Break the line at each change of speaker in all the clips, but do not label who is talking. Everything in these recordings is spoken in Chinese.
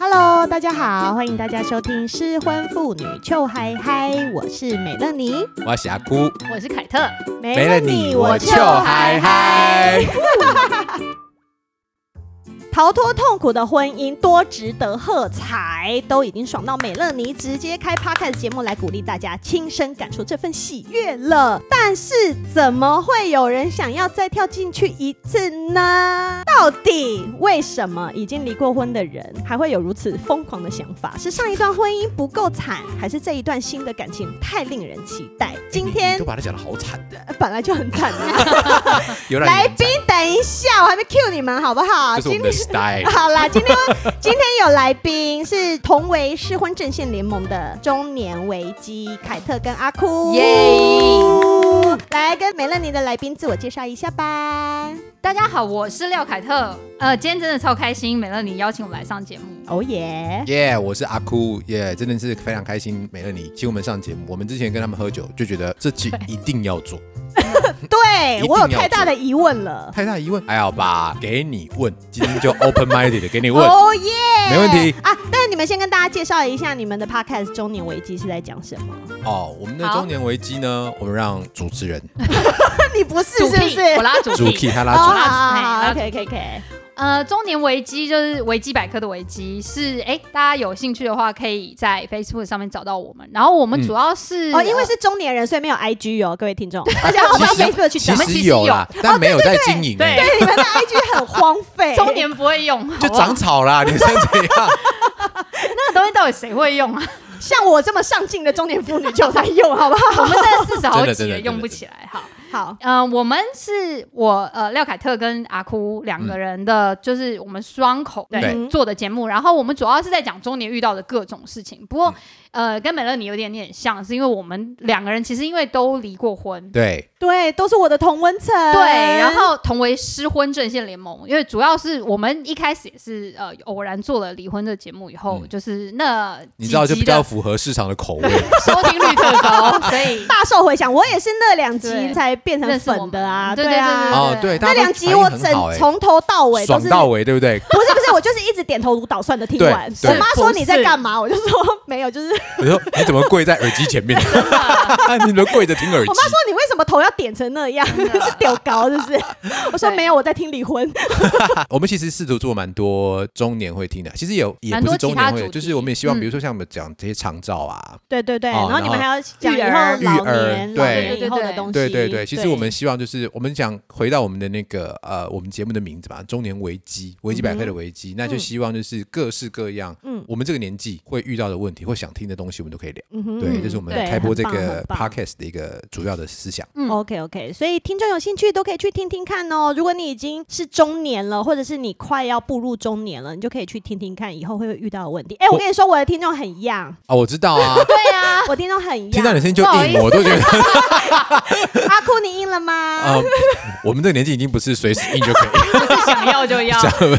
Hello，大家好，
嗯
欢迎大家收听《失婚妇女糗嗨嗨》，我是美乐妮，
我要峡哭，
我是凯特，
没
了你我
糗
就嗨嗨。
逃脱痛苦的婚姻多值得喝彩，都已经爽到美乐妮直接开 podcast 节目来鼓励大家亲身感受这份喜悦了。但是怎么会有人想要再跳进去一次呢？到底为什么已经离过婚的人还会有如此疯狂的想法？是上一段婚姻不够惨，还是这一段新的感情太令人期待？今
你
天
都把他讲的好 惨的，
呃本来就很惨啊。
有点
来宾，等一下，我还没 cue 你们，好不好？
这是我
今
们的
天
style。
好啦，今天 今天有来宾是同为适婚阵线联盟的中年危机凯特跟阿哭，
耶
来跟美乐妮的来宾自我介绍一下吧。
大家好，我是廖凯特。呃，今天真的超开心，美乐你邀请我们来上节目。
哦耶！
耶我是阿哭，耶、真的是非常开心，美乐你请我们上节目。我们之前跟他们喝酒，就觉得这集一定要做。
对
一定
我有
要
太大的疑问了。
太大疑问，哎还好吧？给你问，今天就 open minded 的给你 问。
哦耶！
没问题
啊！但是你们先跟大家介绍一下你们的 podcast《中年危机》是在讲什么？
哦，我们的
好
中年危机呢，我们让主持 人
你不是
主
是不
题
是？
我拉主
主
题。
key 他
哦，
拉
好
主，
好好
拉主
，OK OK OK。
呃，中年危机就是维基百科的维基，是哎、大家有兴趣的话可以在 Facebook 上面找到我们。然后我们
嗯
主要是、呃
哦，因为是中年人，所以没有 IG 哦，各位听众，大家要到
其实
Facebook 去找
其。
们
实
其实
有哦啦，但没有在经营、
对
欸，
对，你们的 IG 很荒 废。
呃中年不会用，好
就
不好
长草啦，你想怎 样？
那个东西到底谁会用 啊？
像我这么上进的中年妇女就在用，好不好？
我们真的四十好
真的
几
真的
了，用不
真的
起来。好，
好，
呃，我们是我呃廖凯特跟阿哭两个人的，就是我们双口
对
嗯
做的节目，然后我们主要是在讲中年遇到的各种事情。不过，
嗯
呃，跟美乐你有点点像，是因为我们两个人其实因为都离过婚。
对，
对，都是我的同温层。啊
对，然后同为失婚阵线联盟，因为主要是我们一开始也是呃偶然做了离婚的节目以后，
嗯
就是那
你知道就比
几集
较
的
符合市场的口味。
收听率特高，所以
大受回响，我也是那两集
对
才变成
认识我
粉
们
的啊，
对
对
对
啊。
哦，对，大
那
家都
两集
反应
我
很
整
好欸
从头到尾都
爽
是，
到尾，对不对？
不是不是，我就是一直点头如捣蒜的听完。
对
我
对
妈说
是不
你在
是
干嘛，我就说没有，就是我
我说你怎么跪在耳机前 面？
呃
你怎么跪着听耳机？
妈说你为什么头要点成那样，是屌高 是不是？我说
对
没有，我在听离婚。
啊我们其实试图做蛮多中年会听的，其实也有也
蛮
不
多
是中
其他
年会，
主题
就是我们也希望，
嗯
比如说像我们讲这些长照啊，
对对对，
哦
然后你们还
然
要讲以
育
后
儿
老
育儿
年、老
对
年以后的东西。
对对对，其实我们希望就是我们讲回到我们的那个呃，我们节目的名字吧，中年危机，维基百科的危机，那就希望就是各式各样，
嗯
我们这个年纪会遇到的问题或想听的东西，我们都可以聊。
嗯哼
对，这是我们
对
开播这
很棒
个
很棒
podcast 的一个主要的思想。
嗯
OK OK，所以听众有兴趣都可以去听听看哦。如果你已经是中年了，或者是你快要步入中年了，你就可以去听听看以后会不会遇到的问题。哎、我
我
跟你说，我的听众很一样，
哦，我知道啊，
对啊，
我听众很一
听到
样
你。声音就
不好意
硬，
思
我都觉得
阿酷，你硬了吗？
啊，我们这个年纪已经不是随时硬就可以。
不是想要就要，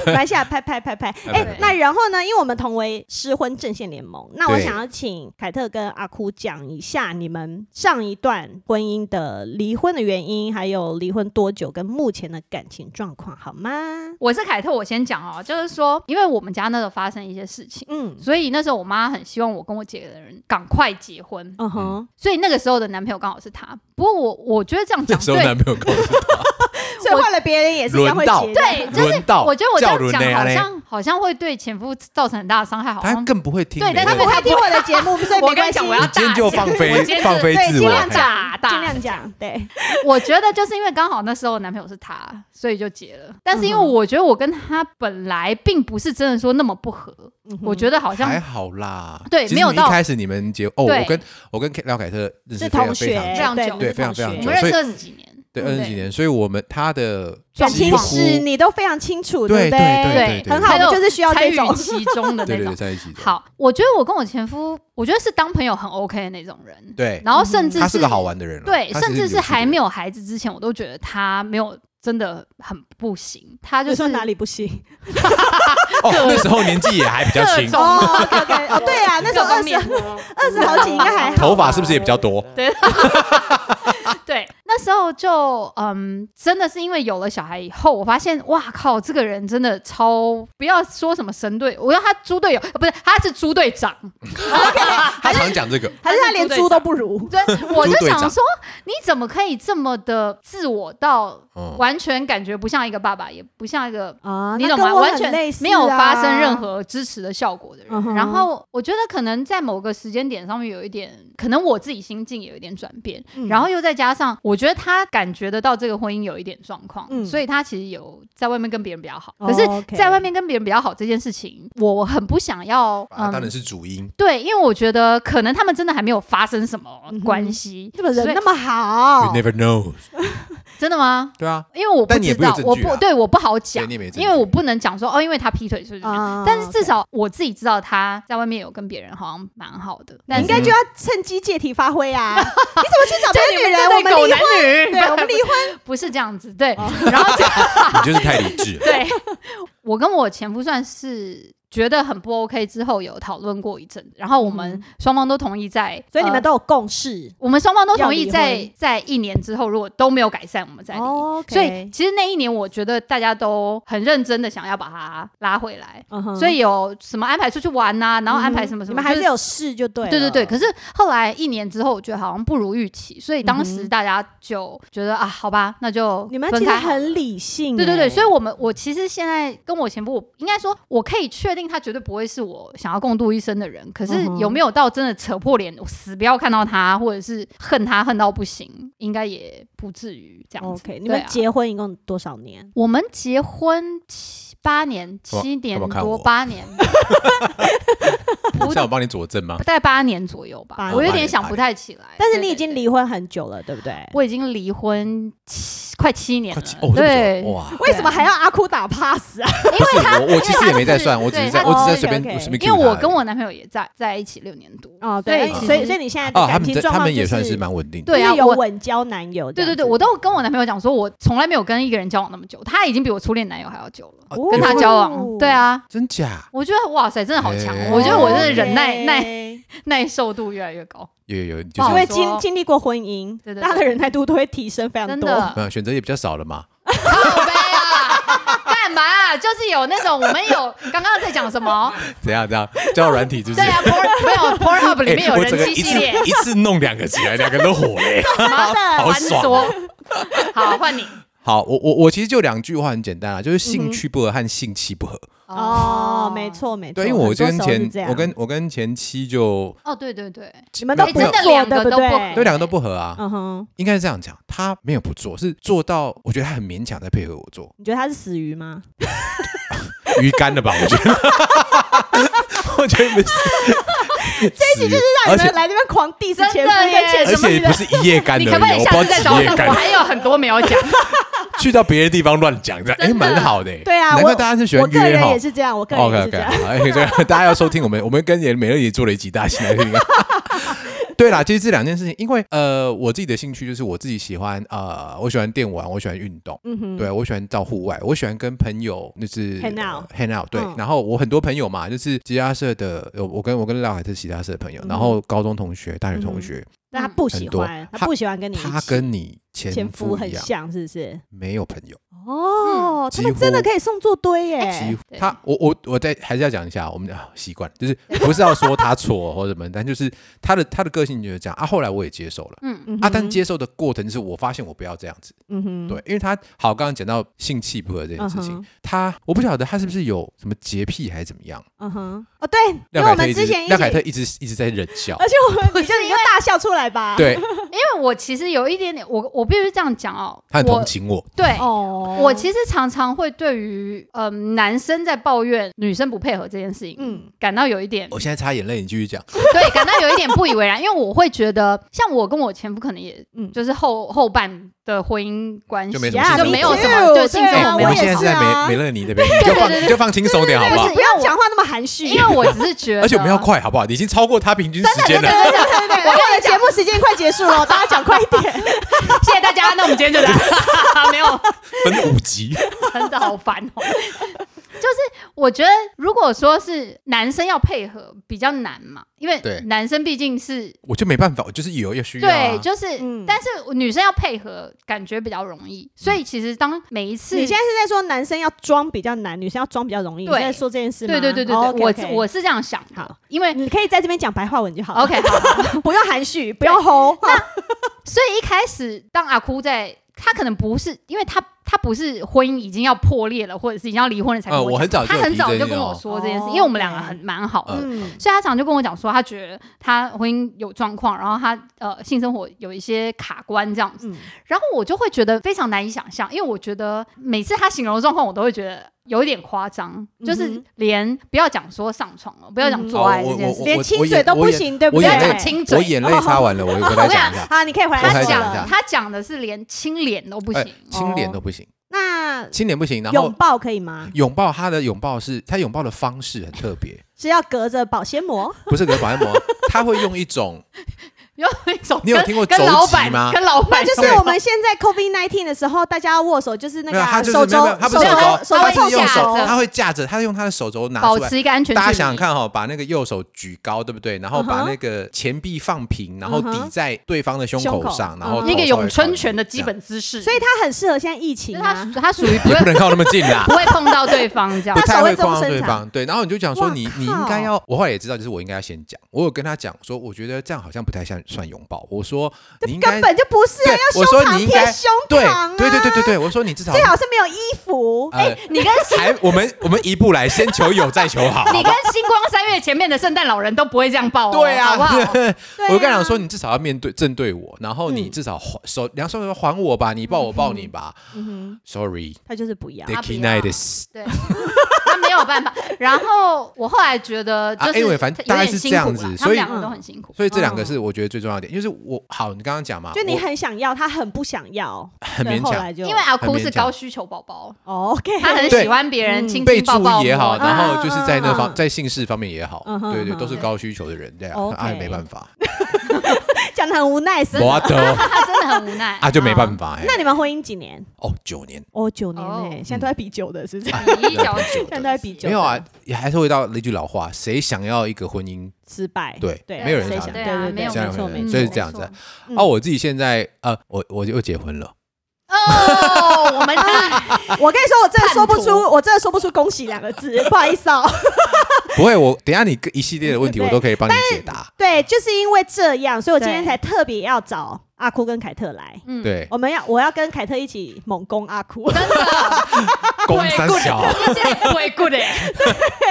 来下拍拍拍拍。
拍
哎、
拍
那然后呢？因为我们同为失婚阵线联盟，那我
对
想要请凯特跟阿酷讲一下你们上一段婚姻的离婚的原因，还有离婚多久，跟目前的感情状况好吗？
我是凯特，我先讲哦，就是说，因为我们家那时候发生一些事情，
嗯
所以那时候我妈很希望我跟我姐的人赶快结婚，
嗯哼。
所以那个时候的男朋友刚好是他。不过我我觉得这样
那
讲
时候
对
男。朋友跟我说
所以换了别人也是一样会结
轮
的。
对， 就是
轮到
我觉得我这
叫
样
轮
讲
呢
好
啊嘞
像好像会对前夫造成很大的伤害，好
他
像
更不会听
对
美乐
但
你。
他
不会听我的 节 目，所以
我
没
跟
关系哎
你讲，。我要
你今天
大
就
讲
放
我
飞
今 天
放
是
飞
对，
自
尽
我，
量
讲
讲，
大
尽量讲。对，
我觉得就是因为刚好那时候我男朋友是他，所以就结了。但是因为
嗯哼
我觉得我跟他本来并不是真的说那么不合，我觉
得
得好像
还好啦。
对
其实
没有
你
到
一开始你们结哦，
对
我跟我跟廖凯特认识
是
非常
同
非
学，
常
非
久，
常久
对，
对非常非常
我
久
们认识二十几年，
对
不
二十几年，所以我们他的
感
状
情
况
史你都非常清楚，
对
不
对对
对
对，
很好，我
还
们
有
就是需要
参
这
与
种。
其 中的
对，对
那
对对
种。
在一起的。
好，我觉得我跟我前夫，我觉得是当朋友很 OK 的那种人，
对，
然后甚至
他是个好玩的人啦，哦
对，
他
甚至是还没
有
有孩子之前，我都觉得他没有真的很不行，他就
你
是
说哪里不行？
哦，那时候年纪也还比较轻，
懂
哦，OK OK，哦， 对啊，那时候二十二十好几应该还好吧，
头发是不是也比较多？
对，那那时候就嗯，真的是因为有了小孩以后，我发现哇靠，这个人真的超不要说什么神队，我要他猪队友，呃不是他是猪队长，
他常讲这个，
还是他连猪都不如？
对， 我就
猪队
想
长
说你怎么可以这么的自我到
嗯，
完全感觉不像一个爸爸，也不像一个
啊，
你
那
懂
跟
吗？
我
完
很
全
类似
没有发生任
啊。
何支持的效果的人。
嗯哼
然后我觉得可能在某个时间点上面有一点，可能我自己心境也有一点转变，
嗯
然后又再加上我觉得他感觉得到这个婚姻有一点状况，
嗯
所以他其实有在外面跟别人比较好。
哦
可是
OK
在外面跟别人比较好这件事情，我我很不想要，
把啊他当
嗯
然，是主因，
对，因为我觉得可能他们真的还没有发生什么
嗯
关系。
日本人
所以
那么
嗯
好
You never know，
真的吗？
对啊，
因为我不
但你
知
也不是
道，
证
我
据
不
啊
对，我不好讲
对，你也没证
因为我
据
不能讲说哦，因为他劈腿所以怎么样。
啊
但是至
OK
少我自己知道他在外面有跟别人好像蛮好的，但
你嗯应
是
该就要趁机借题发挥 啊！你怎么去找别
这
的女人？我
你们这对
们
狗
离
男
婚，
女，
对，我哦们离婚。
不是这样子，对， 然后就
你就是太理 智了，
对，我跟我前夫算是。觉得很不 OK 之后有讨论过一阵子，然后我们
嗯
双方都同意在，
所以你们
呃
都有共识。
我们双方都同
要
意
离
在
婚
在一年之后如果都没有改善，我们再离。
哦，OK
所以其实那一年我觉得大家都很认真的想要把它拉回来，
嗯哼
所以有什么安排出去玩呐、然后安排什么什么，
你们还
就是
有事就对了。
对对对，可是后来一年之后，我觉得好像不如预期，所以当时大家就觉得、啊，好吧，那就
嗯你们
分
其实
开好了
很理性欸。
对对对，所以我们我其实现在跟我前夫，我应该说我可以确定他绝对不会是我想要共度一生的人，可是
嗯哼
有没有到真的扯破脸，我死不要看到他，或者是恨他恨到不行，应该也不至于这样子。
OK，你
对
们
啊
结婚一共多少年？
我们结婚七八年，
干嘛
七年
干嘛看
多
我
八年， 不
这样我帮你佐证吗
大？概八年左右吧
八，
我有
年
点想
八
不
年
太起来。
但是
哎对
你已
对
经
对
离婚很久了，对不对？
我已经离婚七快七年
快
了
起哦，，这么
对，
久哇，
为什么还要阿库打 pass 啊？
因为他
不是我我其实也没在算，
因
我
为
只
他
是
对
在
他
我只是在
哦
随便
OK，OK
我随便 cue
因为我
他而已
跟我男朋友也在在一起六年多，
哦，
对
对，
其
所以
实
所以你现在的
哦，他
感
们
情
这
状
他
况
们
就
也算
是
是蛮稳定的，
对啊
就是有
我
稳交男友这
对
样
对
子。哦
对，我都跟我男朋友讲说，我从来没有跟一个人交往那么久，他已经比我初恋男友还要久
啊
了，
哦
跟他交往，对啊。
真假？
我觉得哇塞，真的好强！哦
哎
我觉得我真的忍耐、
OK
耐耐受度越来越高，
有有有，就是
不好
因为
说
经经历过婚姻
对，对对
大家的忍耐度都会提升非常
真
多。
的。
嗯，选择也比较少了嘛。
靠背啊，干嘛啊、就是有那种我们有刚刚在讲什么？
怎样怎样？交友软体是不是？
对啊，Porn 没 有 Pornhub 里面
哎
有
我
人
整个
妻
一
系
次
列，
一次弄两个起来，两个都火 嘞。
妈的，
好
繁
爽
琐。 好，换你。
好，我我我其实就两句话很简单啦，啊就是
嗯
兴趣不合和性气不合。
哦，没。错没错。
对，因为我
很多
跟
时候是这
前
样
我跟我跟前妻就
哦，对对对，哎
你们都
没有
不
没
做
有
真的两个
对不
都不合
对
对？
两个都不合啊，
嗯哼，
应该是这样讲。他没有不做，是做到我觉得他很勉强在配合我做
你觉得他是死鱼吗？
鱼干了吧？我觉得，我觉得 没事。这一集就是
让
而
你
且
们来这边狂 diss
真的
前夫跟
耶
前
而
什么
且
的
不。是一夜干
你
的，
可不可以
哦我
下
不
次
知道
再
几
找我
夜
看？
干
我还有很多没有 讲。
去到别的地方乱讲，这样哎，
真的
蛮好的欸。
对啊，
难
我
怪大家是喜欢
我个
约
人
哈
也。是这样，我个人
OK
也是这
OK，
样。
好，哎，这个 大家要收听我们，我们跟美乐也做了一集，大家请来听啊。 对啦，其实这两件事情，因为呃，我自己的兴趣就是我自己喜欢呃，我喜欢电玩，我喜欢运动，
嗯哼，
对我喜欢到户外，我喜欢跟朋友就是
Hang out
hang out，对
嗯。
然后我很多朋友嘛，就是吉他社的，呃我跟我跟廖海是吉他社的朋友，
嗯
然后高中同学、大学同学，
但他不喜
很多
欢，他不喜欢跟你一起。
他跟你前
前夫
夫
很
一样，
像，是不是？
没有朋友。
哦，他
几
们真的
乎
可以送作堆耶！
几乎
对
他，我我我在还是要讲一下，我们啊习惯 就是不是要说他错或者什么，但就是他的他的个性就是这样啊。后来我也接受了
嗯，
嗯
啊，
哼
但接受的过程是我发现我不要这样子，
嗯哼，
对，因为他好，刚刚讲到性气不合这件
嗯
事情
哼，，
他我不晓得他是不是有什么洁癖还是怎么样。
嗯哼，哦对，因
廖
为我
凯特
们
一
之
直
前一
廖凯特
起，
一直一直在忍笑，
而且我们你就你就大笑出来吧。，
对
因为我其实有一点点，我我必须这样讲哦，
他很
我
同情我，
对。
哦，
我其实常常会对于嗯、男生在抱怨女生不配合这件事情，
嗯
嗯，感到有一点
我现在擦眼泪，你继续讲。
对，感到有一点不以为然，因为我会觉得，像我跟我前夫可能也，
嗯
就是后后半的婚姻关系
就没什么
呀
兴
就
趣
没有什
me too，
么，就性
对啊
生活
我
没有
也
们
什
现
是
在
么
是在
啊
哎美美乐你那边，你就放你就放轻松点好不
不
好
是？不要讲话那么含蓄，
因为我只是觉得，
而且我们要快好不好？已经超过他平均时间
真的
了。
真的，
对对对，我们的节目时间快结束了，大家讲快一点。
谢谢 大家，那我们今天就这样，没有，
分五集，
真的好烦哦。我觉得如果说是男生要配合比较难嘛，因为
对
男生毕竟是
我就没办法，我就是有要需要、啊。
对，就是、
嗯
但是女生要配合感觉比较容
嗯
易，所以其实当每一次
你现在是在说男生要装比较难，女生要装比较容易？你
对
在说这件事吗？
对对对对对
哦，OK，
我
OK
我是这样想的
好，
因为
你可以在这边讲白话文就好了
OK 好，
不用含蓄，不用吼。
所以一开始当阿哭在，他可能不是，因为他他不是婚姻已经要破裂了，或者是已经要离婚了才跟
嗯我
我
很
讲、
早就
他
有
很
提
早
这
就
件
跟我
哦
说这件事，
哦
因为我们两个很蛮好的。
嗯，
所以他常就跟我讲说，他觉得他婚姻有状况，然后他呃性生活有一些卡关这样子，
嗯
然后我就会觉得非常难以想象，因为我觉得每次他形容的状况，我都会觉得有一点夸张，就
嗯
是
哼
连不要讲说上床了，不要讲
嗯
做爱这
哦
件事，
我
连亲嘴都不行，对不
我
对？
眼
不要
泪
讲亲嘴
我眼泪擦完了，我回来讲一下。
好，你可以回来
我
他
才
说
讲
了
一下
讲他讲的是连亲脸都不
哎
行，
亲脸都不行，
那
亲脸不行。然后
拥抱可以吗？
拥抱，他的拥抱是他拥抱的方式很特别，
是要隔着保鲜 膜？
不是给保按摩，他会用一种
有一种
你有
跟
听过
跟
肘
老
击
板
吗
跟老板
那就是我们现在 COVID nineteen 的时候，大家要握手，就是那
没有，他
个
就是
手
没有
肘
没有，他不
手
是啊
肘
手肘，
手肘
他
会
是
碰
用
架
手，
着
他会架着，他用他的手肘拿
保
出来。
持一个安全距离。
大家想想，看哈、哦，把那个右手举高，对不对？然后把那个前臂放平，然后
嗯哼
抵在对方的胸
胸
口
口
上，然后
嗯
头
一个
稍微
咏
靠
春
近
拳的基，本姿势，
所以它很适合现在疫
就
情
是
啊
他。他属于
这样
不
也不
会
能靠那么近 啦
不。会碰到对方这样
不。太会
他手会
碰
这
到
么
对
伸
方，对，然后你就讲说
哇
你
靠
你应该要，我后来也知道，就是我应该要先讲，我有跟他讲说，我觉得这样好像不太像算拥抱，我说你应该
根本就不是啊，
对
要胸
我说
膛
你应
贴
该
胸
对
膛啊，
对对对对对，我说你至少
最好是没有衣服。哎
呃
你跟
还我们我们一步来，先求有再求 好，
你
好不
跟
好
星光三月前面的圣诞老人都不会这样抱哦，
对啊，
好不好？
对啊
我就跟他讲说，你至少要面对正对我，然后你
嗯
至少还手，两手还我吧，你抱我抱你吧。
嗯哼，
Sorry，Dicky
他就是不要。
对
night is。
对，他没有办法。然后我后来觉得，就
啊
是
，anyway，反正
有
大概
点
是
辛
这样
苦
子
啦他
所以
们两个都很辛苦。
所以这两个是我觉得最重要的点，就是我好，你刚刚讲嘛，
嗯就你
我
很想要，他很不想要，
啊很
所以
勉
后
强，
来就
因为阿哭
很勉
是
强
高需求宝宝，
哦 OK，
他很
对
喜欢别人
嗯
亲
备
亲抱啊
注
抱
也好，
摸摸
然后就是在那
嗯嗯嗯
方在姓氏方面也好
嗯，哼
对对，
嗯哼
都是高需求的人，这样
OK
哎，没办法，
讲的嗯很无奈，是
我都
他真的很无奈。
啊就没办法哎
那，你们婚姻几年？
哦，九年
哦，九年
哦
呢，现在都在比九的，是不是？
啊
啊一脚 九
现在都在比九，
没有啊，，也还是回到那句老话，谁想要一个婚姻？
失败。
对
对，
没有人
谁
想
想
要
对
对啊
对
没
对，
有
没
人
错
想
没
要
错，
所以是这样子啊
嗯
啊，我自己现在呃，我我又结婚了。
哦，我们就是
我跟你说，我真的说不
叛
出，我真的说不出“恭喜”两个字， 不好意思哦。
不会，我等一下你一系列的问 题，
对
我都可以帮你解答。
对，就是嗯因为这样，所以我今天
对
才特别要找阿哭跟凯特来。
嗯，
对，
我们要，我要跟凯特一起猛攻阿哭，就
真的
公三小，
这鬼 故的，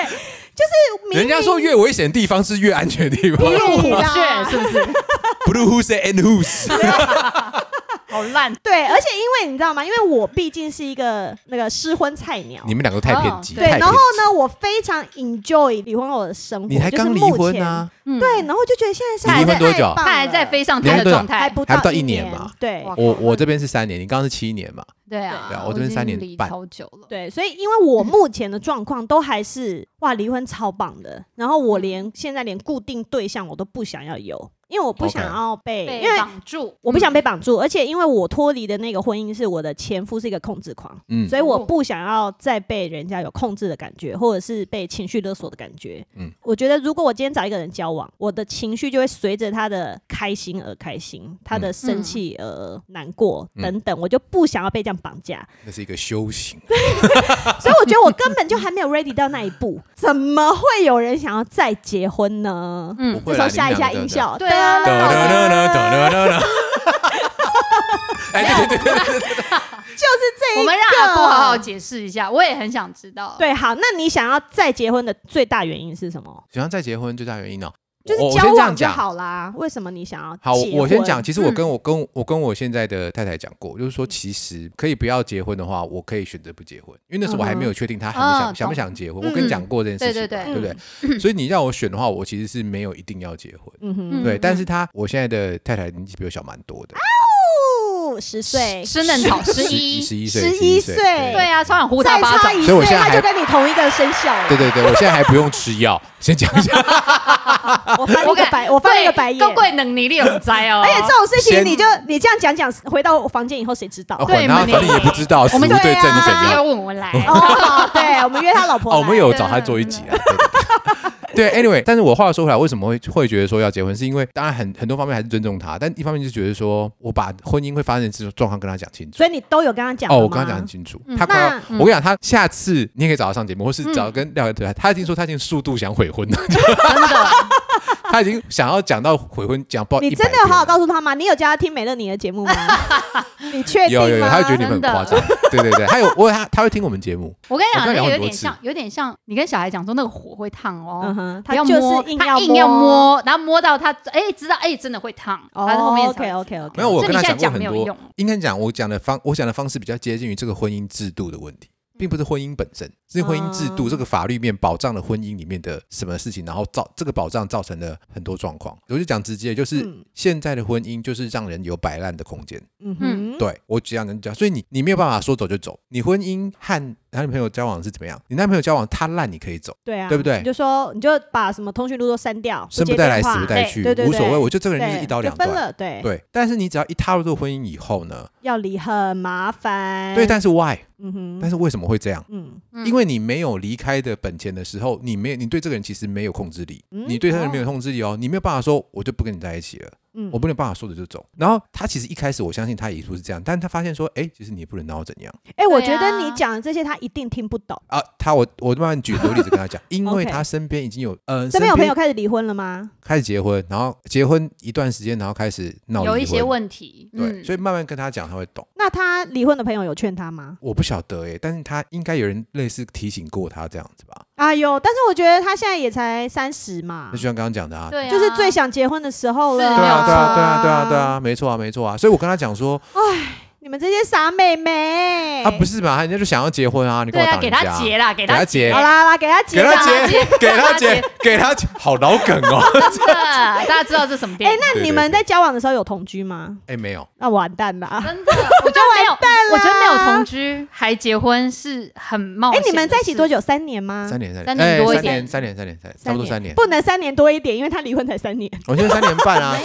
是明
人家说越危险的地方是越安全的地方。
屁啦
血 是不是？
Blue who's and who's？
好烂，
对，而且因为你知道吗？因为我毕竟是一个那个失婚菜鸟，
你们两个太偏激，
哦
对，
太偏
然
激
后。呢，我非常 enjoy 离婚后的生活，
你才刚离
就是目
婚
前
啊？，
嗯
对，，然后就觉得现在
你
是
离婚多久啊
他还在，飞上天的状态，
还不
还不到
一
一年
年
嘛
对
哇
我我这边是三年，你刚刚是七年嘛？
对啊，
对啊
我
我这边
已经
三年
离
半
超久了，
对，所以因为我目前的状况都还是哇，离婚超棒的，然后
嗯
我连现在连固定对象我都不想要有，因为我不
OK
想要被
被
因为。
绑嗯住，
我不想被绑住，而且因为我脱离的那个婚姻是我的前夫是一个控制狂，
嗯
所以
哦
我不想要再被人家有控制的感觉，或者是被情绪勒索的感觉。嗯
嗯，
我觉得如果我今天找一个人交往，我的情绪就会随着他的开心而开心，他的生气而难过、
嗯
等等，我就不想要被这样绑架。
那是一个修行。
所以我觉得我根本就还没有 ready 到那一步，怎么会有人想要再结婚呢？
嗯
这时候下一下音。效，
对啊
哒哒哒 哒哒哒哒。哎，对对对对，
就是这一个。
我们让阿姑好好解释一下，我也很想知道。，
对，好，那你想要再结婚的最大原因是什么？
想要再结婚最大原因呢？
就是
我
交
我先这
往就
样讲，
好啦。为什么你想要？
好，我我先讲。。其实我
嗯
跟我跟我跟我现在的太太讲过，就是说，其实可以不要结婚的话，我可以选择不结婚，因为那时候我还没有确定她还没
嗯
想想不想结婚。我跟你讲过这件事情嘛，
对对嗯
对
对
不对？所以你让我选的话，我其实是没有一定要结婚。
嗯哼，
嗯
对，但是她我现在的太太年纪比我小蛮多的，
哦母十岁，
吃嫩草
十
十
一
一，
十一岁，
11
11
岁
对啊，超想呼他
再
巴
差
掌。
一
所以我
岁，
现在
他
还
就跟你同一个生肖了。
对对对，我现在还不用吃药，先讲一下，
我翻了
我
一个
敢
白，我翻了一个白眼。
高贵能力很灾哦。
而且这种事情，
先
你就你这样讲讲，回到我房间以后谁知道
啊？管他，
对
反正也不知道，死
我
无
们
对
对
证是
啊
怎
直接
样。
问我 来，
哦，对，我们约他老婆来。嗯
哦，我们有找他做一集啊。对对 对对，anyway，但是我话说回来，为什么会会觉得说要结婚，是因为当然很很多方面还是尊重他，但一方面就觉得说我把婚姻会发生的这种状况跟他讲清楚。
所以你都有跟他讲了
哦，
吗
我刚刚讲很清楚，
嗯
他快要
那嗯
我跟你讲，他下次你也可以找他上节目，或是找跟廖对，他已经说他已经速度想悔婚了，
真的。
他已经想要讲到悔婚讲不到
你
100
真的有好好
遍
告
了
诉他吗？你有叫他听美乐你的节 目吗？你确定吗？
有有有，他会觉得你们很
真的
夸张，对对对，还有我他他会听我们节目，
我跟你讲，
我跟
那
他聊
有
很多
点
次
像，有点像你跟小孩讲说那个火会烫哦
嗯，哼，
不
他
要
就
摸，
是硬
他
要
硬要。摸，然后摸到他，哎，知道哎，真的会烫，
哦
他后面才会
OK，OK，OK
没有我
所以
跟
你
他
现在
讲过
讲
很
没有
多
用，
应该讲我讲的方我讲的方式比较接近于这个婚姻制度的问题。并不是婚姻本身，是婚姻制
嗯
度、这个法律面保障了婚姻里面的什么事情，然后造这个保障造成了很多状况。我就讲直接，就是、
嗯
现在的婚姻就是让人有摆烂的空间。
嗯哼，
对我只讲能讲，所以你你没有办法说走就走。你婚姻和男女朋友交往是怎么样？你男朋友交往他烂你可以走，
对啊，
对不对
你就说，你就把什么通讯录都删掉，
生不带来死不带
对
去，
对哎对
无所谓。
对
我就这个
对，
人就是一刀两
就分
断。
了，对，
对，但是你只要一踏入这个婚姻以后呢，
要离很麻烦。
对，但是 why？
嗯哼，
但是为什么会这样？
嗯
嗯
因为你没有离开的本钱的时候，你没有，你对这个人其实没有控制力，
嗯
你对他人没有控制力哦，你没有办法说我就不跟你在一起了，
嗯，
我没有办法说走就走。然后他其实一开始我相信他也是这样，但他发现说，哎，其实你也不能拿我怎样
哎，我
对
觉
啊
得你讲的这些他一定听不懂。
啊。他我我慢慢举很多例子跟他讲，因为
OK
他身边已经有呃
这边有朋
身
友开始离婚了吗？
开始结婚，然后结婚一段时间，然后开始闹
有
离
一些
婚，
问题，
对，
嗯，
所以慢慢跟他讲，他会懂。
那他离婚的朋友有劝他吗？
我不晓得哎，但是他应该有人类似提醒过他这样子吧？
哎呦，但是我觉得他现在也才三十嘛
那就，像刚刚讲的啊，
对啊，
就是最想结婚的时候了。
是
对啊，对啊，
没有错
对啊，对啊，对啊，没错啊，没错啊。所以我跟他讲说，
你们这些傻妹妹
啊，不
是，
是吧？人家就想要结婚啊，你
对
干嘛
啊，
挡
给
人家？
他结啦，给
给他
他
结
好啦好啦，给他
给
结吧。
他结，给他
他 结
结，给他结，好老梗哦。
真的，大家知道这什么电
哎、
影？
那你们在交往的时候有同居吗？
哎，没有，
那完蛋了啊！
真的，我觉得没有，我觉得没有同居还结婚是很冒
哎、
险的事。
你们在一起多久？嗯三年吗？
三年，三
三
年，
年
哎
多一
三年，
点
三年，三年，三年，差不多三年。
不能三年多一点，因为他离婚才三年，
我现在三年半啊，
没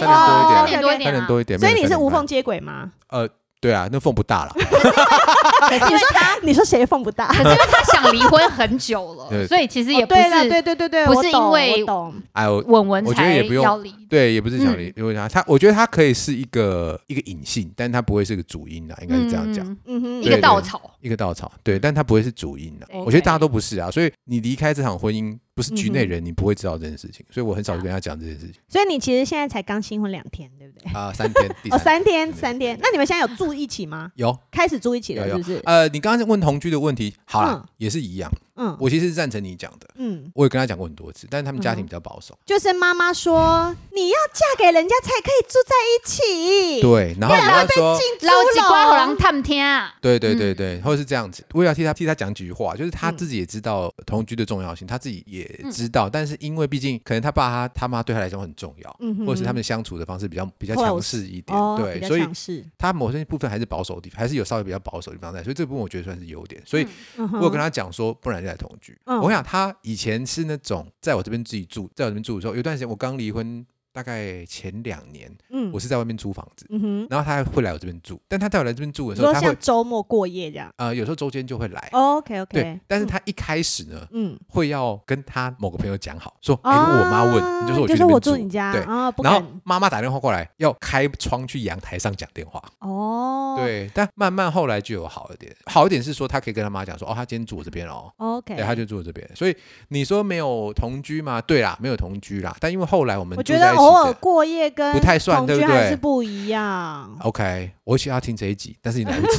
三
有？
年多一
啊
点啊，
三年多一点啊，
三年多一点。
所以
没有
你是
三年
无
半
缝。接轨吗？
呃，对啊，那缝不大了。
可是因为他，
你说谁缝不大？
啊可是因为他想离婚很久
对
了，所以其实也
哦
不
对啦，
是
对对对对，
不
我
是
懂
因为
我懂，
哎呦，
稳稳
我觉得
才
也不用
要离。
对，也不是想
嗯
离，因为他他，我觉得他可以是一个一个隐性，但他不会是个主因啊，应该是这样讲。
嗯，
嗯哼，
一
对
个稻草。
一个稻草，对，但它不会是主因的、
对
我觉得大家都不是啊，所以你离开这场婚姻不是局
嗯
内人，你不会知道这件事情，所以我很少跟他讲这件事情
所以你其实现在才刚新婚两天，对不对？
啊、三天，第
哦，
三
三
天、
天，三天。那你们现在有住一起吗？
有
开始住一起了，
有
是
有
不是？
呃，你刚刚问同居的问题，好啦，
嗯
也是一样，
嗯
我其实是赞成你讲的，
嗯，
我也跟他讲过很多次，但是他们家庭比较保守，
就是妈妈说你要嫁给人家才可以住在一起，
对，然后
啊
你要说。
进
老
猪
几瓜好狼
笼。
探天啊！
对对
嗯
对对，或者是这样子，我也要替他替他讲几句话，就
嗯
是他自己也知道同居的重要性，他自己也知道，但是因为毕竟可能他爸他他妈对他来说很重要，
嗯哼
或者是他们相处的方式比较比较
Close
强势一点，
哦，比
对，
较
所以
强势
他某些部分还是保守的地方，还是有稍微比较保守的地方在，所以这部分我觉得算是优点。所以
嗯
嗯哼
我有跟他讲说，不然就来同居。
嗯
我想他以前是那种在我这边自己住，在我这边住的时候，有段时间我刚离婚，大概前两年，
嗯
我是在外面租房子，
嗯哼，
然后他会来我这边住，但他带我来这边住的
你
时
说
候，他会
像周末过夜这样
呃有时候周间就会来，
，OK
对
OK，，
但是他一开始呢。
嗯，
会要跟他某个朋友讲好，说，哎、
啊
如果我妈问，你就说我去
哦就是
那边
我
住
住你家
对，
啊，不
然后
敢
妈妈打电话过来，要开窗去阳台上讲电话，
哦，
对，但慢慢后来就有好一点，好一点是说他可以跟他妈讲说，哦，他今天住我这边哦，
，OK，
对，他就住我这边。所以你说没有同居吗？对啦，没有同居啦。但因为后来我们
我
住
觉
在
得
一起
偶尔
的
过夜跟
不太算
同
对
居
不
还
对
是不一样。
，OK，我想要听这一集，但是你 来不及。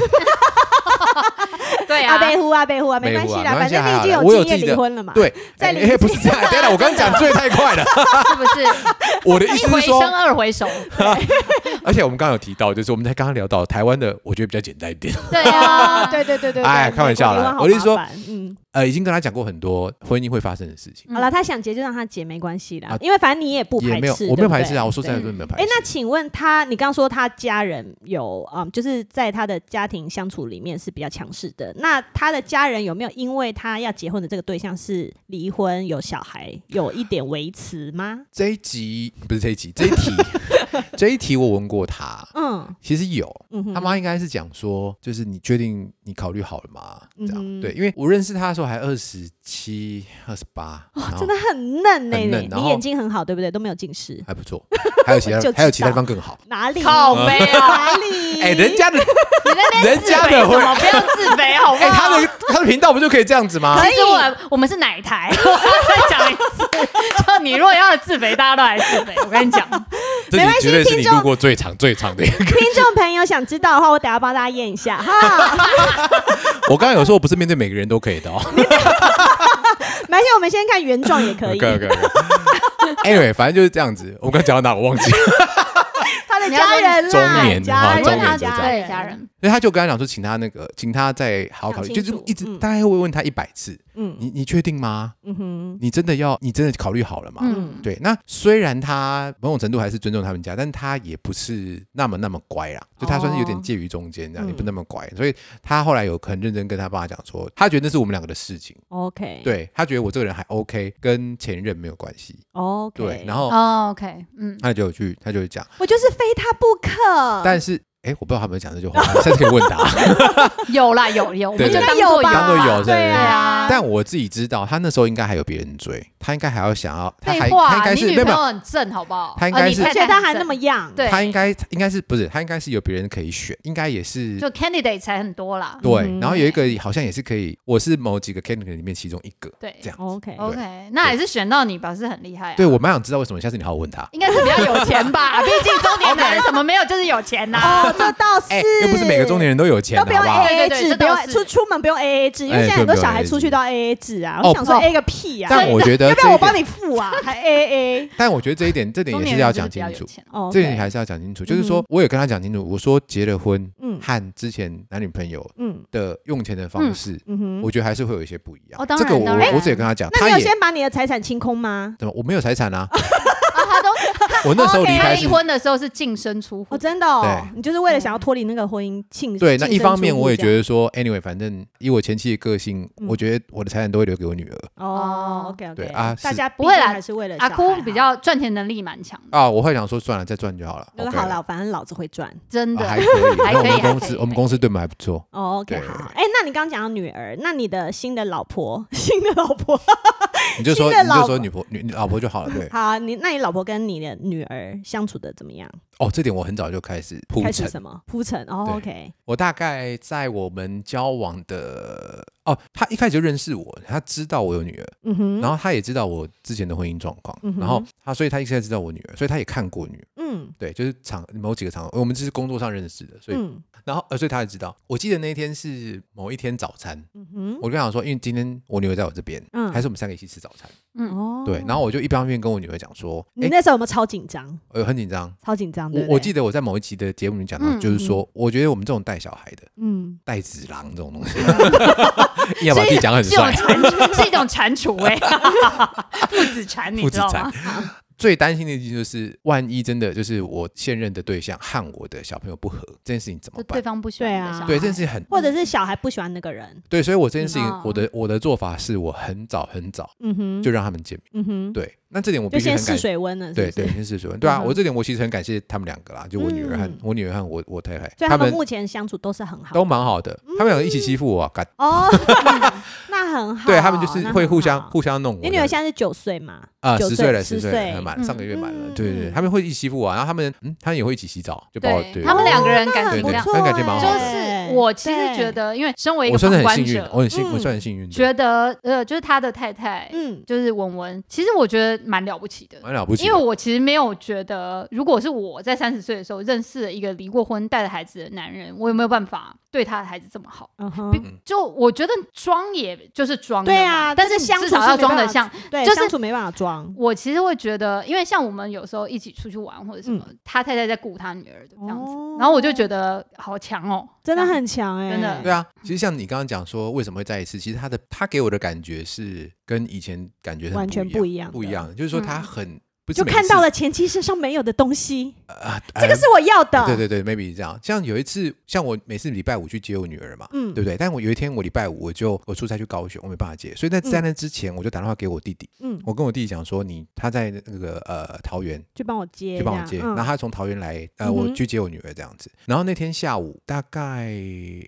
对
阿
啊，
贝呼阿贝呼啊，没
没
关
呼
系
啊
啦，反
没关系
正你已
还
经
好啦我有
经验
自己
离
的
婚了嘛。
对，
再
哎
理
哎，不是
解
这样，对了，我刚刚讲最太 快了。
是不是？
我 的意
一
思
回
是
生
啊
说，
二回熟，
而且我们刚刚有提到，就是我们在刚刚聊到台湾的，我觉得比较简单一点。
对啊，
对对对对，对
哎开玩笑啦
美国离婚好
我的意思说
麻烦嗯，
呃，已经跟他讲过很多婚姻会发生的事情，
嗯
好了，他想结就让他结，没关系啦
啊，
因为反正你也不排斥，
也没有，
对
我
不
没有排
对
斥啊，我说真的，
对
真的没有排斥。
哎，那请问他，你刚刚说他家人有啊、嗯就是在他的家庭相处里面是比较强势的。那他的家人有没有因为他要结婚的这个对象是离婚有小孩，有一点维持吗？
这一集不是这一集，这一 题，这一题我问过他，
嗯
其实有，
嗯哼，
他妈应该是讲说，就是你确定你考虑好了吗？这样、
嗯哼
对，因为我认识他的时候还二十七、二十八，
哦真的很嫩呢、
很嫩然
你
后
眼睛很好，对不对？都没有近视，
还不错，还有其 他
就知道
还有其他地方更好。
哪里？
靠背啊！
哪里？
哎、人家的，
你在那边
人
自
家
卑
的
什
会
么？不要自卑好不
哎、
好？
他的他的频道不就可以这样子吗？
哎其实我我们是奶台， 我再讲一次，就你如果要自肥，大家都来自肥。我跟你讲，
这
没关
集
系
绝对是你
听众
录过最长最长 的一个。
听众朋友想知道的话，我等下帮大家验一 下哈。
我刚刚有说我不是面对每个人都可以的哦。
没关系，我们先看原状也可以。
OK OK OK。Anyway，反正就是这样子。我刚讲到哪我 忘记了，
他的家人啦，
中年
家
啊
人
中年就这样
对家，人，
所以他就跟他讲说，请他那个，请他再好好考虑，
想
就
清
是
楚
一直、
嗯
大概会问他一百次，
嗯
你你确定吗？
嗯哼，
你真的要，你真的考虑好了吗？
嗯，
对，那虽然他某种程度还是尊重他们家，但他也不是那么那么乖啦，就他算是有点介于中间这
哦
样，也不那么乖，所以他后来有很认真跟他爸讲说，他觉得那是我们两个的事情，
，OK，
对他觉得我这个人还 OK，跟前任没有关系，
，OK，
对，然后
哦，OK，嗯，
他就有去，他就会讲，
我就是非他不可。
但是哎，诶我不知道他有没有讲这句话，下次可以问他，
有啦，有有，我
对
们就
对
当做
应该有吧
当做有是
吧
不是
对啊
但我自己知道，他那时候应该还有别人追，他应该还要想要，他还
废
他应
话，
该
你
是没
女
有
朋
没有
友很正，好不好？
他应该
呃你
是
而
太太
且他
很
还
正
那么样，
对，
他应该应该是不是他应该是有别人可以选，应该也是
就 candidate 才很多啦。
对
嗯，
然后有一个好像也是可以，我是某几个 candidate 里面其中一个，
对
这样子。
，OK，
哦
OK，那也是选到你，表示很厉害啊。
对，我蛮想知道为什么，下次你好好问他。
应该是比较有钱 吧，毕竟中年男人什么没有，就是有钱呐。
哦，这倒是
哎，，又不是每个中年人都有钱，啊
都
好
不
不
用
好？
A A
对对对
制，
这
不用
倒是
出出门不用 A A 制，因为
哎
现在很多
对
小孩
不用 AA
出去都要 A A 制啊。
哦
我想说
哦
A 个屁啊呀，
但我觉得
要不
这
要
一
我帮
点，
你付啊？还 A A
但我觉得这一点，这点
中
也
年
是
人
要
就
讲
是比
清
较有
楚，
钱。
哦，
这点还是要讲清楚。就是
嗯
说，我有跟他讲清楚，我说结了婚
嗯
和之前男女朋友
嗯
的用钱的方式，
嗯哼，
我觉得还是会有一些不一样
哦。当
这
然
个我
当然哎
我只有跟他讲，
那
他
你有
也
先把你的财产清空吗？
怎么我没有财产啊？
啊，他都
我那时候
OK，
离
哦他
开
离
是
婚的时候是净身出户
哦，，真的哦，
对
你就是为了想要脱离那个婚姻庆
对，那一方面我也觉
得
得说，anyway，反正以我前妻的个性，
嗯
我觉得我的财产都会留给我女儿
哦
哦
，OK OK，
对啊
大
是
家
不会啦
毕竟还是为了
阿
小
哭
孩
比
啊，
较赚钱能力蛮强的，
啊。我会想说，算了，再赚就好了。
就是
OK
好了，反正老子会赚。
真
啊
的
还。可以。
还
那我
可以
们
还
公
可以
司，我
还
们公司对我们还不错。
哦，OK，
对
好，哎，那你刚讲到女儿，那你的新的老婆， 新的老婆，
你就说，
新的
你
老
就说女婆、女女老婆就好了。对，
好，啊你那你老婆跟你的女儿相处的怎么样？
哦，这点我很早就开始铺
开始
陈。
什么铺陈？哦
对
，OK，
我大概在我们交往的哦，他一开始就认识我，他知道我有女儿，
嗯哼，
然后他也知道我之前的婚姻状况，
嗯哼
然后他所以他一开始知道我女儿，所以他也看过女儿。
嗯
对，就是场某几个场合，我们这是工作上认识的，所以、
嗯
然后呃，所以他也知道。我记得那一天是某一天早餐，
嗯哼，
我就想说，因为今天我女儿在我这边，
嗯
还是我们三个一起吃早餐。
嗯，
哦
对，然后我就一方面跟我女儿讲说，
你
哎、
那时候有没有超紧张？
我很紧张。
超紧张，对
我
不对
我记得我在某一集的节目里讲到，
嗯
就是说，我觉得我们这种带小孩的
嗯，
带子郎这种东 西，要把自己讲得很
是一种
帅，
蟾蜍，是一种蟾蜍哎，父子蟾，你
父
知
子
道
禅？
吗
最担心的一件就是，万一真的就是我现任的对象和我的小朋友不合，这件事情怎么
就对
办？
方不喜欢你的小孩
对，这件事情很
或者是小孩不喜欢那个人，
对，所以我这件事情
嗯，
我的我的做法是我很早很早
嗯哼，
就让他们见
嗯
面。
哼，
对，那这点我必
就
须
先
很
试
感谢。
水温了，是不
对
是
对，，先试水温。对啊，
嗯哼
我这点我其实很感谢他们两个啦，就我女儿和
嗯
我女儿和我我太太，
所以他们嗯
们
目前相处都是很好
都蛮好的，他们两个一起欺负我啊，干
哦，那很好，
对他们就是
那
会
很
互相
好
互相弄我的。
你女儿现在是九岁嘛？
啊，
九
十岁了，
十
十岁了，满
嗯
上个月满了，
嗯
对对对，
嗯
他们会一起欺负我啊，然后他们嗯，他们也会一起洗澡，就把我
对，他们
对
两个人
那
感
很
对
情
不
这
对
样
错
那感觉蛮好
就
的
哎
是我其实
对
觉得，因为身为一
我
个
算是
旁
很
观
幸运的，我
者，
很幸，
嗯
我算很幸运的，
觉得呃，就是他的太太，
嗯
就是文文，其实我觉得蛮了不起的。
蛮了不起
因
的。
为我其实没有觉得，如果是我在三十岁的时候认识了一个离过婚、带着孩子的男人，我有没有办法对他的孩子这么好？
嗯哼
比，就我觉得装也就是装的嘛，
对啊
但是
但是相处
至少
是
要
没
装
办
得
法
像。
对，
就是
相处没办法装，
我其实会觉得，因为像我们有时候一起出去玩或者什么，他太太在顾他女儿的这样子，
嗯哦
然后我就觉得好强哦，
真的很强哎、
真的
对啊，其实像你刚刚讲说为什么会在一次，其实他的他给我的感觉是跟以前感觉很
完全
不
不一样的
不一样，就是说他
嗯
很不是
就
每
看
次
到了前妻身上没有的东西，
啊，
这个
呃
是我要的。
对对对，maybe 这样。像有一次，像我每次礼拜五去接我女儿嘛，
嗯
对不对？但我有一天我礼拜五我就我出差去高雄，我没办法接，所以在在那之前我就打电话给我弟弟，
嗯，
我跟我弟弟讲说，你他在那个呃桃园
去帮我接，
去帮我接，
这样
然后他从桃园来，呃，我
嗯哼
去接我女儿这样子。然后那天下午大概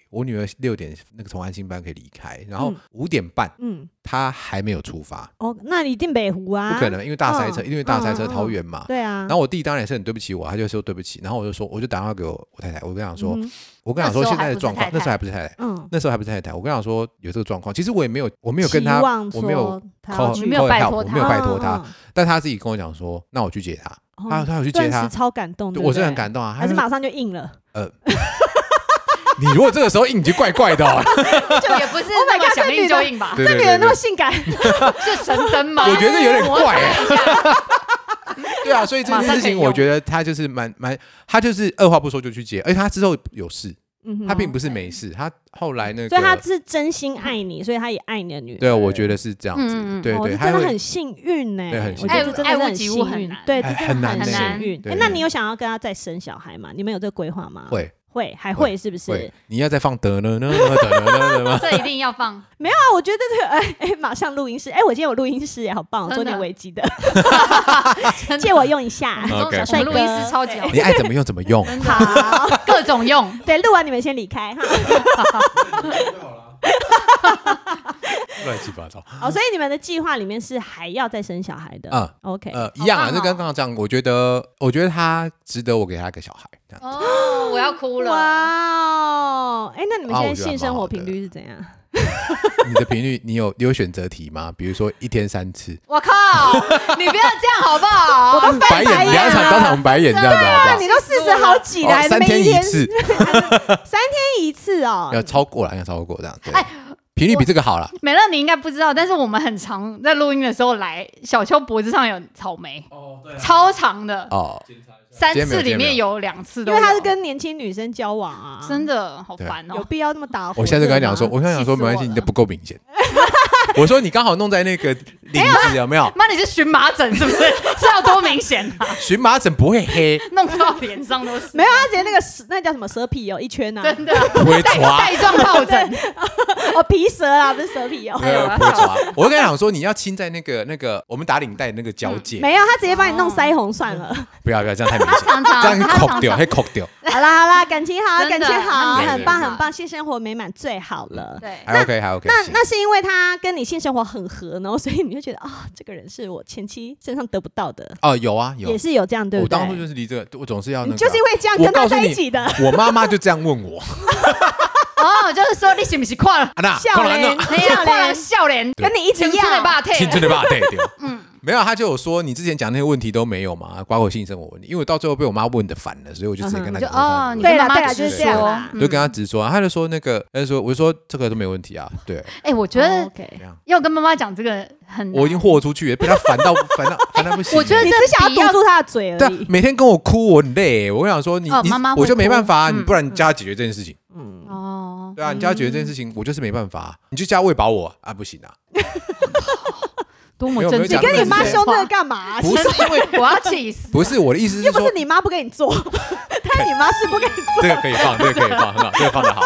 我女儿六点那个从安心班可以离开，然后
嗯
五点半
嗯嗯，
她还没有出发，
哦，那你一定北湖啊，
不可，能，因为大塞车，
嗯
因为大塞
嗯
车
嗯嗯
桃园嘛。
对啊。
然后我弟当然也是很对不起我，他就说对不起，然后我就说，我就打电话给我我太太，我跟她讲说，
嗯
我跟她说
那时候
现
还
在的
不是
状况
太，太
那时候还不是太太，
嗯，
那时候还不是太太，我跟她说有这个状况，其实我也没有，我没有跟她
期，望
我没有
说他
靠
要
你
去
没有
靠
拜
help，
托
我
她
没有拜托
嗯
她，，但她自己跟我讲说，那我去接她，
嗯
她
嗯
她有去接
顿
她
时，超感动的，
我是
对不
很
对
感动啊，她
还是
就
马上就硬了。
你如果这个时候硬，你就怪怪的、哦。
就也不是
my
那么
God，
想
这
硬
女
就
的
硬吧，
对
这
对
女
对
人那
对
么，性 感，
是神灯吗？
我觉得有点
摩
怪、
擦
欸。
一下
对啊，所以这
马
件
上
事
可以
情，
用
我觉得他就是蛮蛮，他就是二话不说就去接，而且他之后有事，
嗯哼
他并不是没事，他后来那个，
所以他是真心爱你，所以他也爱你的女人。
对，啊我觉得是这样子，
嗯嗯嗯
对
哦
对，
这
他
真的
会
很幸运呢、
对很
我
幸
觉得
运
这真
爱
的
屋
是很
及乌
幸
很
运
难，
对，这
哎
真
很
的
难
呢
幸运。
对
哎，那你有想要跟他再生小孩吗？你们有这个规划吗？
会
会还
会
会是不是？
会，你要再放得呢呢呢得呢呢呢 吗？
这一定要放，
没有啊，我觉得这个哎 哎，马上录音室哎，我今天有录音室耶，好棒哦，
真
中
的
年危机的，
真的
借我用一下
我。们
OK，
中我们录音
帅
师
哥
超级好
你爱怎么用怎么用，
真的
好，
各种用，
对，录完你们先离开哈。
乱七八糟。
哦，所以你们的计划里面是还要再生小孩的。
嗯
OK，
呃，一样啊，
好棒
就
哦
跟刚刚这样，我觉得，我觉得他值得我给他一个小孩，这样
哦，我要哭了，
哇哦，哎，那你们
啊
现在
我觉得
性
蛮
生
好
活
的
频率是怎样？
你的频率，你有你有选择题吗？比如说一天三次，
我靠，你不要这样好不 好？
我都翻
白
白
眼
眼
两场
了
当场白眼这样子好不好？
你都四十好几了，
哦
还
三
没
天
一
一次，
一次哦，
要超过了，要超过这样。对
哎，
频率比这个好了。
美乐，你应该不知道，但是我们很常在录音的时候来，小秋脖子上有草莓，超长的，
哦，
三
今天没有
次里
今天
面
没
有两次
因
都有，
为他是跟年轻女生交往啊，
真的好
对
烦
有
哦。
必要那么打火？
我下次跟他讲说，我跟他讲说
气
没
死
关
我
系，你的
了
不够明显。 我说你刚好弄在那个领子啊有没有？
妈，你是荨麻疹 是不是？是要多明显啊？
荨麻疹不 会黑，
弄到脸上都 是，
没有，啊他直接那个蛇那叫什么蛇皮哦，一圈啊，
真的
不会
带
抓，
带状疱 疹，
哦皮蛇啊，不是蛇皮哦，
没有不会抓。我跟他讲说，你要亲在那个那个我们打领带那个交界，
没有，哦他直接帮你弄腮红算了。
不要不要这样太明显，
常常
这样
他
扣
常
掉，
常
还扣掉。
好啦好啦，感情好，
真的
感情好，
那
你
很棒
真的
很棒，性生活美满最好了。
对
还哎 OK 还 OK
那
行。
那是因为他跟你性生活很合，然后所以你就觉得啊，这个人是我前妻身上得不到的，
哦有啊有
也，是有这样对不
我
对？
当初就是离这个，我总是要
你
那个啊
就是因为这样
我
跟他
告诉
在一
你
起的，
啊。我妈妈就这样问我，
哦，就是说你是不是跨了？
啊那
笑
当然了
脸
你
笑
跨了
脸，
笑脸，
跟你一直
青春的
要。
霸退
青
了，
春的吧，对 对，嗯，没有，他就有说你之前讲那些问题都没有嘛，包括性生活问题，因为我到最后被我妈问的烦了，所以我就直接跟
嗯
他
就
讲说她
哦，
的问
你
对
题
啦
跟妈妈
对啦
直
就是这
说嗯
样
啦
就跟他直说，啊他就说那个，他就说我就说这个都没问题啊，对，
哎，我觉得
哦 OK，
要跟妈妈讲这个很难，
我已经豁出去了，被他烦到烦到烦到不行。
嗯 我觉得
你
这
只想要
比要
堵住他的嘴而
对啊
已，。
每天跟我哭，我很累。我想说你
哦
你
妈妈会
我就没办法啊，
哭
你
嗯
不然你加解决这件事情，
嗯，
哦，
对啊，你加解决这件事情，我就是没办法啊，你就加喂饱我啊啊，不行啊，
多么
没有
真
没有讲
正的
跟
人
你妈
生
凶
话
那个干
啊
嘛？
不是因为
我要气死。
不是我的意思是
又不
说
是你妈不给你 做，但你妈是不给你做。
这个可以放，这个可以放，很好，这个放的好。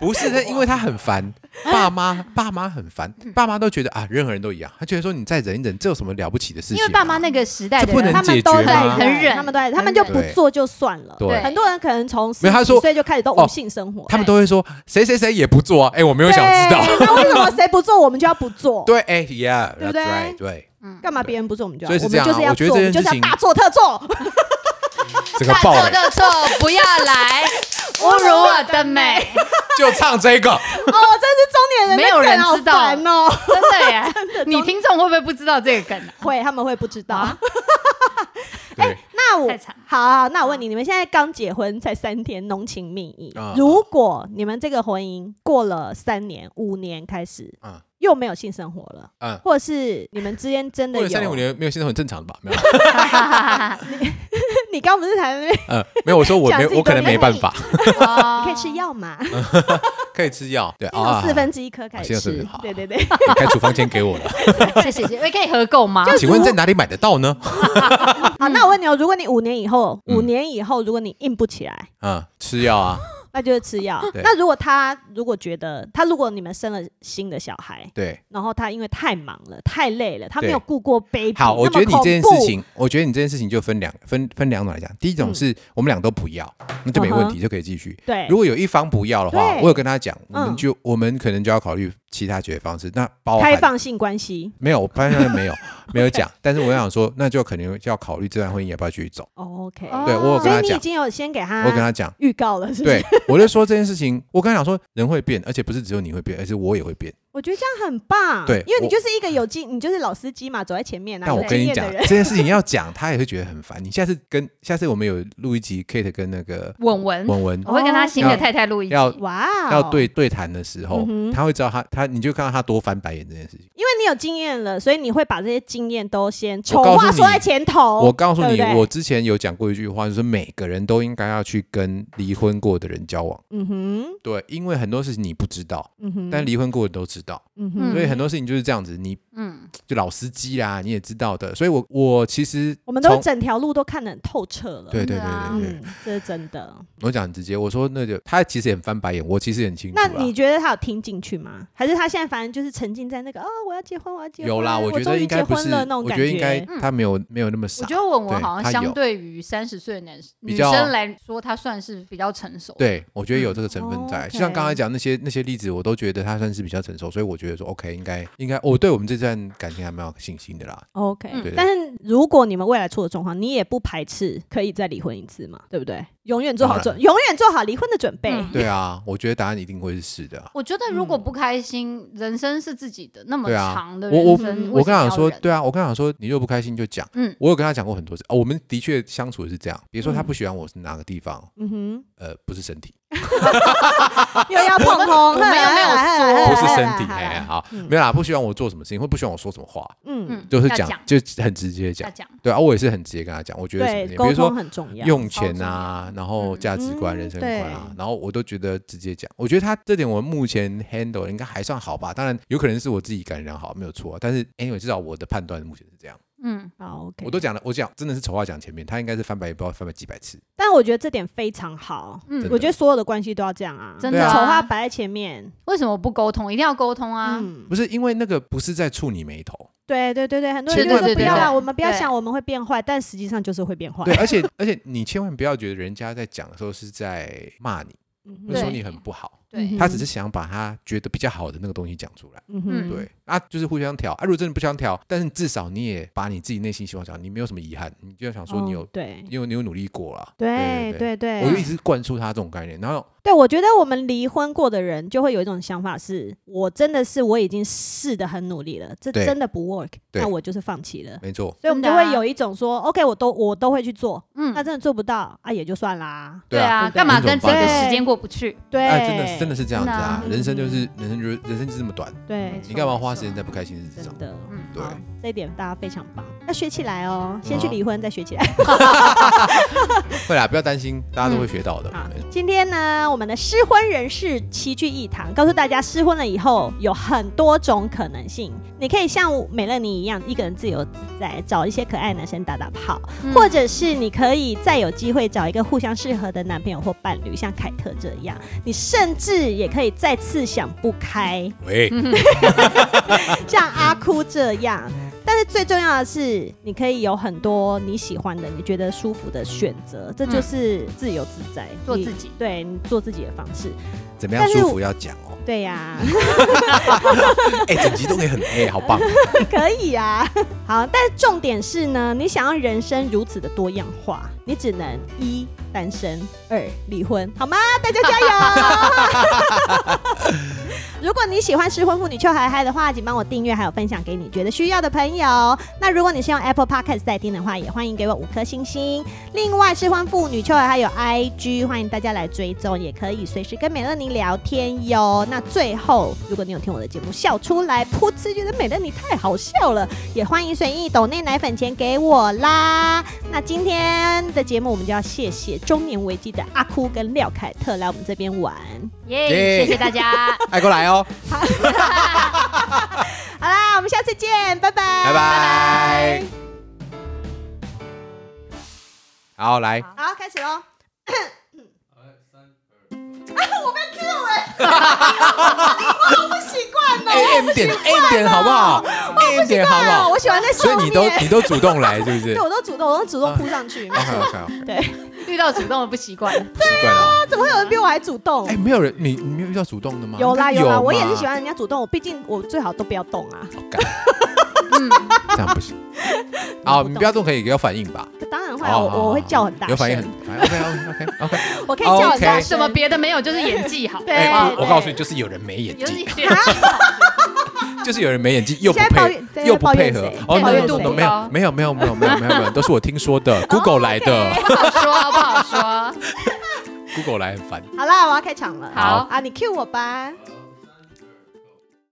不是，他因为他很烦，爸妈爸妈很烦，
嗯
爸妈都觉得啊，任何人都一样，他觉得说你再忍一忍，这有什么了不起的事情、
因为爸妈，那个时代的
这不
人，
能
他们都
解决
在
吗
很忍
他们都在，
很
他们就不
忍
做就算了。
对
很多人可能从
没有他
十
说哦
几岁就开始都无性生活。
他们都会说谁谁谁也不做、啊，哎、我没有想知道，
对那为什么谁不做我们就要不做？
对，哎、y e a h
对
that's
不对
right，对，
干嘛别人不做我们就要？
所以是
我
这
们
样啊
就是要
我觉得
做，我
这
们就
件
是
事
要
情
大做 哦特做。
整个
大
爆
错
了，
特错，不要来 侮辱我的美，
就唱 这个，
哦，真是中年人的
没有人
梗好
知道
烦哦。
真的耶！你听众会不会不知道这个梗啊？
会，他们会不知道。
啊
对，
那我
太惨啊
好好，那我问你，你们现在刚结婚才三天，浓情蜜意
啊。
如果你们这个婚姻过了三年、五年开始，
嗯
又没有性生活了，
嗯。
或者是你们之间真的
过
有
啊
啊
了三年五年没有，现在很正常吧？没有，
你刚不是才在那边
呃，没有，我说我
讲
没
自，己
我可能
都累
没办法，
你
你
可以吃，药吗？
可以吃药，对
从
啊，
四分之一颗开
啊
始
四分之
吃
一好，
对对对。
你开处方签给 我了。
谢谢谢谢，可以合购吗？
请问在哪里买得到呢？
好，那我问你哦，如果你五年以后，
嗯
五年以后如果你硬不起来，
嗯，吃药啊，
那就是吃药。
对
那如果他如果觉得他如果你们生了新的小孩，
对。
然后他因为太忙了、太累了，他没有
对
顾过 baby，
好，我
哎那么
觉得你这件
恐
事
怖，
情，我觉得你这件事情就分两分分两种来讲。第一种
嗯
是我们俩都不要，那就没问
嗯
题，就可以继续。
对，
如果有一方不要的话，
对
我有跟他讲，我
嗯
们就我们可能就要考虑其他解决方式。那包含
开放性关系
没有，我发现没有没有讲，但是我想说，那就可能就要考虑这段婚姻要不要继续走。
，OK，
哦
对我有跟
所
他
以你已
讲，
经有啊先给
我
他
有跟他讲，
预告了，是不是？
对我就说这件事情，我跟他讲说人会变，而且不是只有你会变，而是我也会变。
我觉得这样很棒，
对
因为你
我
就是一个有经，你就是老司机嘛，走在前面啊，
但我
有
跟
经
你
验
讲
的，人。
这件事情要讲，他也会觉得很烦。你下次跟下次我们有录一集 Kate 跟那个
稳稳，
文文
哦
我会跟他新的太太录一集。
要
哇哦，
要对对谈的时候
嗯，哼
他会知道他他你就看到他多翻白眼这件事情。
因为你有经验了，所以你会把这些经验都先丑
我告诉
话
你
说在前头。
我告诉你
哦对不，对
我之前有讲过一句话，就是每个人都应该要去跟离婚过的人交往。
嗯哼，
对，因为很多事情你不知道，
嗯哼，
但离婚过的都知道，
嗯哼，
所以很多事情就是这样子，你
嗯，
就老司机啦，你也知道的。所以我我其实
我们都
从
整条路都看得很透彻了。
对对对
真的啊
对对，
嗯，这是真的。
我讲很直接，我说那就他其实也很翻白眼，我其实也很清楚
那
啦。
你觉得他有听进去吗？还是他现在反正就是沉浸在那个哦，我要结婚，我要结婚，
有啦，
我
觉
终
得
于
应该
结
不
婚
是，
了那种
我
感嗯
觉得应该他没有没有那么
我
傻
觉。得文文
对
好像
他有
相对于三十岁的男
比
女
较
生来说，他算是比较成熟。，
对，我觉得有这个成分在，
哦
就像刚才
OK
讲那些那些例子，我都觉得他算是比较成熟，所以我觉得说 OK，应该应该，我对我们这段感情还蛮有信心的啦。
OK，、
嗯
对对
但是如果你们未来出了状况，你也不排斥可以再离婚一次嘛，对不对？永远做好准，永远做好离婚的准备。
嗯
对啊，我觉得答案一定会是是的啊。
我觉得如果不开心，人生是自己的，那么
对啊
长的
我我
人生，
我跟他讲说，
对，
对啊，我跟他讲说，你若不开心就讲。
嗯
我有跟他讲过很多次，哦，我们的确相处是这样。比如说他不喜欢我是哪个地方，
嗯
呃，不是身体，啊
哼，又要碰红，
我们又没有说
不是
哎
身
哎
体，
哎
哎，
哎
好，
嗯
没有啦，不喜欢我做什么事情，或不喜欢我说什么话，
嗯，
嗯，
就是
要
讲
讲，
就很直接
要
讲。
讲，
对啊，我也是很直接跟他讲，我觉得什么
对
事，情，比
沟
如说
通很重要。
用
超
钱
重
啊，
要
然后
嗯
价值观、
嗯
人生观啊
对，
然后我都觉得直接讲。我觉得他这点我目前 handle 应该还算好吧，当然有可能是我自己感染好，没有错啊。但是 anyway，至少我的判断目前是这样。
嗯，
好，OK，
我都讲了，我讲真的是丑话讲前面，他应该是翻白眼，不知道翻白几百次。
但我觉得这点非常好。
嗯
真的
我觉得所有的关系都要这样啊，
真
的啊
丑话摆在前面
为什么不沟通？一定要沟通啊！
嗯
不是因为那个不是在触你眉头，
对对对对，很多人
千
就
万
说不
不
要啦，
要
我们不要
对
想我们会变坏，但实际上就是会变坏。
对，而且而且你千万不要觉得人家在讲的时候是在骂你，
嗯
或者
哼，
说
对嗯
你很不好，
对，
他只是想把他觉得比较好的那个东西讲出来。
嗯哼，
对啊，就是互相调啊。如果真的不想调，但是至少你也把你自己内心希望讲，你没有什么遗憾，你就想说你有，
哦对
因为你有努力过啦。
对对
对
对，
我就一直灌输他这种概念，然后
对，我觉得我们离婚过的人就会有一种想法是，我真的是我已经试的很努力了，这
对
真的不 work，
对
那我就是放弃了。
没错，
所以我们就
真的啊
会有一种说、o k 我都我都会去做，
嗯
那真的做不到啊，也就算啦。
对
啊，
啊，
对
干嘛
那怎
跟
么
自己的
办
时间过不去？
对，
哎，真的是真的是这样子啊，
真的啊
人生就是人生就是人生就是这么短，
对，
你干嘛花时间在不开心的日子上
真？的。
嗯，
对
好，这一点大家非常棒，要学起来哦，先去
好
离婚再学起来。
会啦，不要担心，大家都会学到的。
嗯好
没错，
今天呢，我们的失婚人士齐聚一堂，告诉大家失婚了以后有很多种可能性。你可以像美乐妮一样，一个人自由自在，找一些可爱的男生打打炮，
嗯
或者是你可以再有机会找一个互相适合的男朋友或伴侣，像凯特这样。你甚至也可以再次想不开，
喂，
像阿哭这样。但是最重要的是，你可以有很多你喜欢的、你觉得舒服的选择，这就是自由自在，
做
你
自己
对你做自己的方式。
怎么样
但是
舒
我
服要讲哦。
对呀、
哎，整集都可以很哎，好棒。
可以啊。 好，但重点是呢，你想要人生如此的多样化，你只能一单身；二，离婚，好吗？大家加油！ 如果你喜欢失婚妇女秋嗨嗨的话，请帮我订阅，还有分享给你觉得需要的朋友。那如果你是用 Apple Podcast 在听的话，也欢迎给我五颗星星。另外，失婚妇女秋还有 IG，欢迎大家来追踪，也可以随时跟美乐妮聊天哟。那最后，如果你有听我的节目笑出来，噗嗤觉得美乐妮太好笑了，也欢迎随意抖内奶粉钱给我啦。那今天的节目，我们就要谢谢中年危机的阿哭跟廖凯特来我们这边玩。
耶
耶，谢谢大家，
爱过来哦，
好啦，我们下次见，拜拜，
拜拜。好，来，
好，开始喽。我被 Q 了，我好不习惯哦。
a M 点 A 点好不好？A 点好不
对啊，
好
我？喜欢在
所
上
以
面。
你都你都主动来是不是
对，我都主动，我都主动扑上去。
？OK OK，
对，
遇到主动的不 习惯，
习惯了。
怎么会有人比我还主动
哎，？没有人，你你没有遇到主动的吗？
有啦
应该
有啦，
嘛
我也是喜，欢人家主动，我毕竟我最好都不要动啊。
嗯，
这样不行。好，你不要动可以给我反应吧。
当然会啊，我我会叫很大
哦有反应
声，
很 OK OK OK OK。
我可以叫很大
哎
什
声
么。别的没有，就是演技好，
对
哎，
对
我我告诉你，就是有人没演
有
技
演，技好，
就是有人没演技又不
现在抱
配
怨在
又不
抱
配
怨
合
谁。
哦
在，
那
抱怨
那
谁
那没有没有没有没有没有没有没有，都是我听说的，Google 来的
不好说，不好说。
，Google 来很烦。
好啦，我要开场了。
好
啊，你 Q 我吧。